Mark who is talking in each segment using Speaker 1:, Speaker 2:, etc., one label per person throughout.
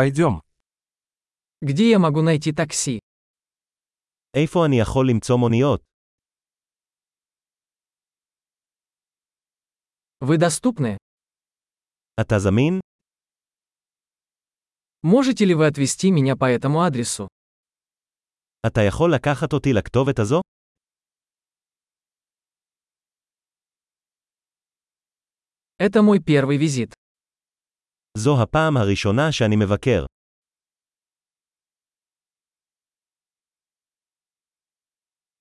Speaker 1: Пойдем.
Speaker 2: Где я могу найти такси?
Speaker 3: איפה אני יכול למצוא מוניות?
Speaker 2: Вы доступны?
Speaker 3: אתה זמין?
Speaker 2: Можете ли вы отвезти меня по этому адресу?
Speaker 3: אתה יכול לקחת אותי לכתובת הזו?
Speaker 2: Это мой первый визит.
Speaker 3: זו הפעם הראשונה שאני מבקר.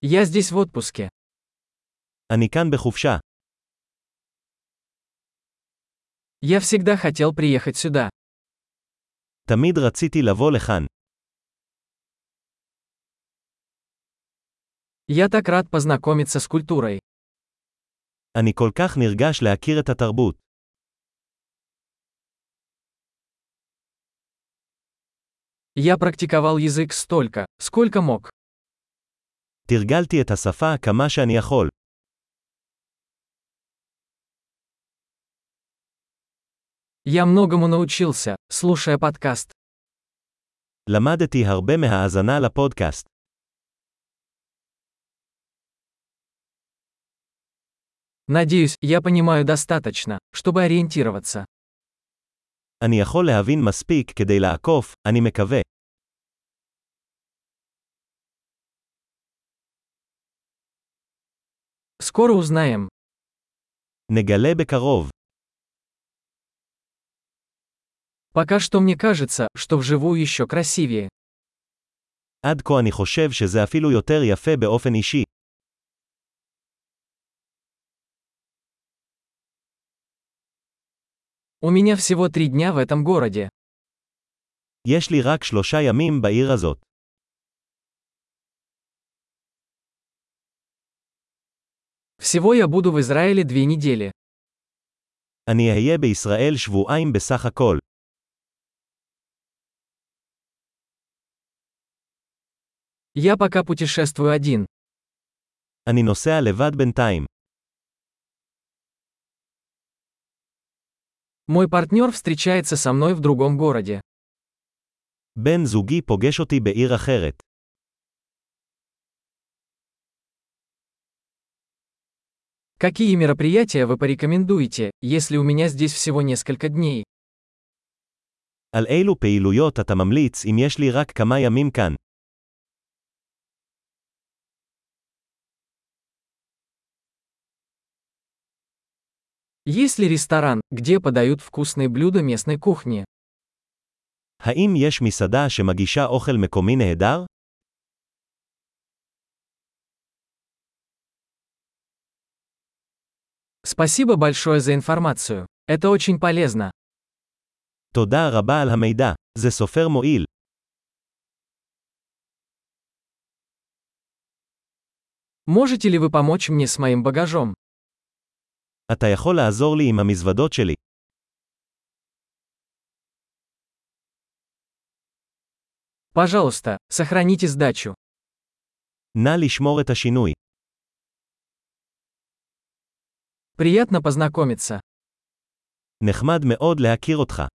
Speaker 2: Я здесь в отпуске.
Speaker 3: אני כאן בחופשה.
Speaker 2: Я всегда хотел приехать сюда.
Speaker 3: תמיד רציתי לבוא לכאן.
Speaker 2: Я так рад познакомиться с культурой.
Speaker 3: אני כל כך נרגש להכיר את התרבות.
Speaker 2: Я практиковал язык столько, сколько мог.
Speaker 3: תרגלתי את השפה כמה שאני יכול.
Speaker 2: Я многому научился, слушая подкаст.
Speaker 3: למדתי הרבה מההאזנה לפודקאסט.
Speaker 2: Надеюсь, я понимаю достаточно, чтобы ориентироваться.
Speaker 3: אני יכול להבין מספיק כדי לעקוף, אני מקווה.
Speaker 2: Скоро узнаем.
Speaker 3: נגלה בקרוב.
Speaker 2: Пока что мне кажется, что вживую еще красивее.
Speaker 3: עד כה אני חושב שזה אפילו יותר יפה באופן אישי.
Speaker 2: У меня всего три дня в этом городе.
Speaker 3: יש לי רק שלושה ימים בעיר הזאת.
Speaker 2: Всего я буду в Израиле две недели.
Speaker 3: אני אהיה בישראל שבועיים בסך הכל.
Speaker 2: Я пока путешествую один.
Speaker 3: אני נוסע לבד בינתיים.
Speaker 2: Мой партнер встречается со мной в другом городе.
Speaker 3: בן זוגי פוגש אותי בעיר אחרת.
Speaker 2: Какие мероприятия вы порекомендуете, если у меня здесь всего несколько дней?
Speaker 3: על אילו פעילויות אתה ממליץ אם יש לי רק כמה ימים כאן?
Speaker 2: Есть ли ресторан, где подают вкусные блюда местной кухни?
Speaker 3: האם יש מסעדה שמגישה אוכל מקומי נהדר?
Speaker 2: Спасибо большое за информацию. Это очень полезно.
Speaker 3: תודה רבה על המידע. זה סופר מועיל.
Speaker 2: Можете ли вы помочь мне с моим багажом?
Speaker 3: אתה יכול לעזור לי עם המזוודות שלי.
Speaker 2: Пожалуйста, сохраните сдачу.
Speaker 3: נא לשמור את השינוי.
Speaker 2: Приятно познакомиться.
Speaker 3: נחמד מאוד להכיר אותך.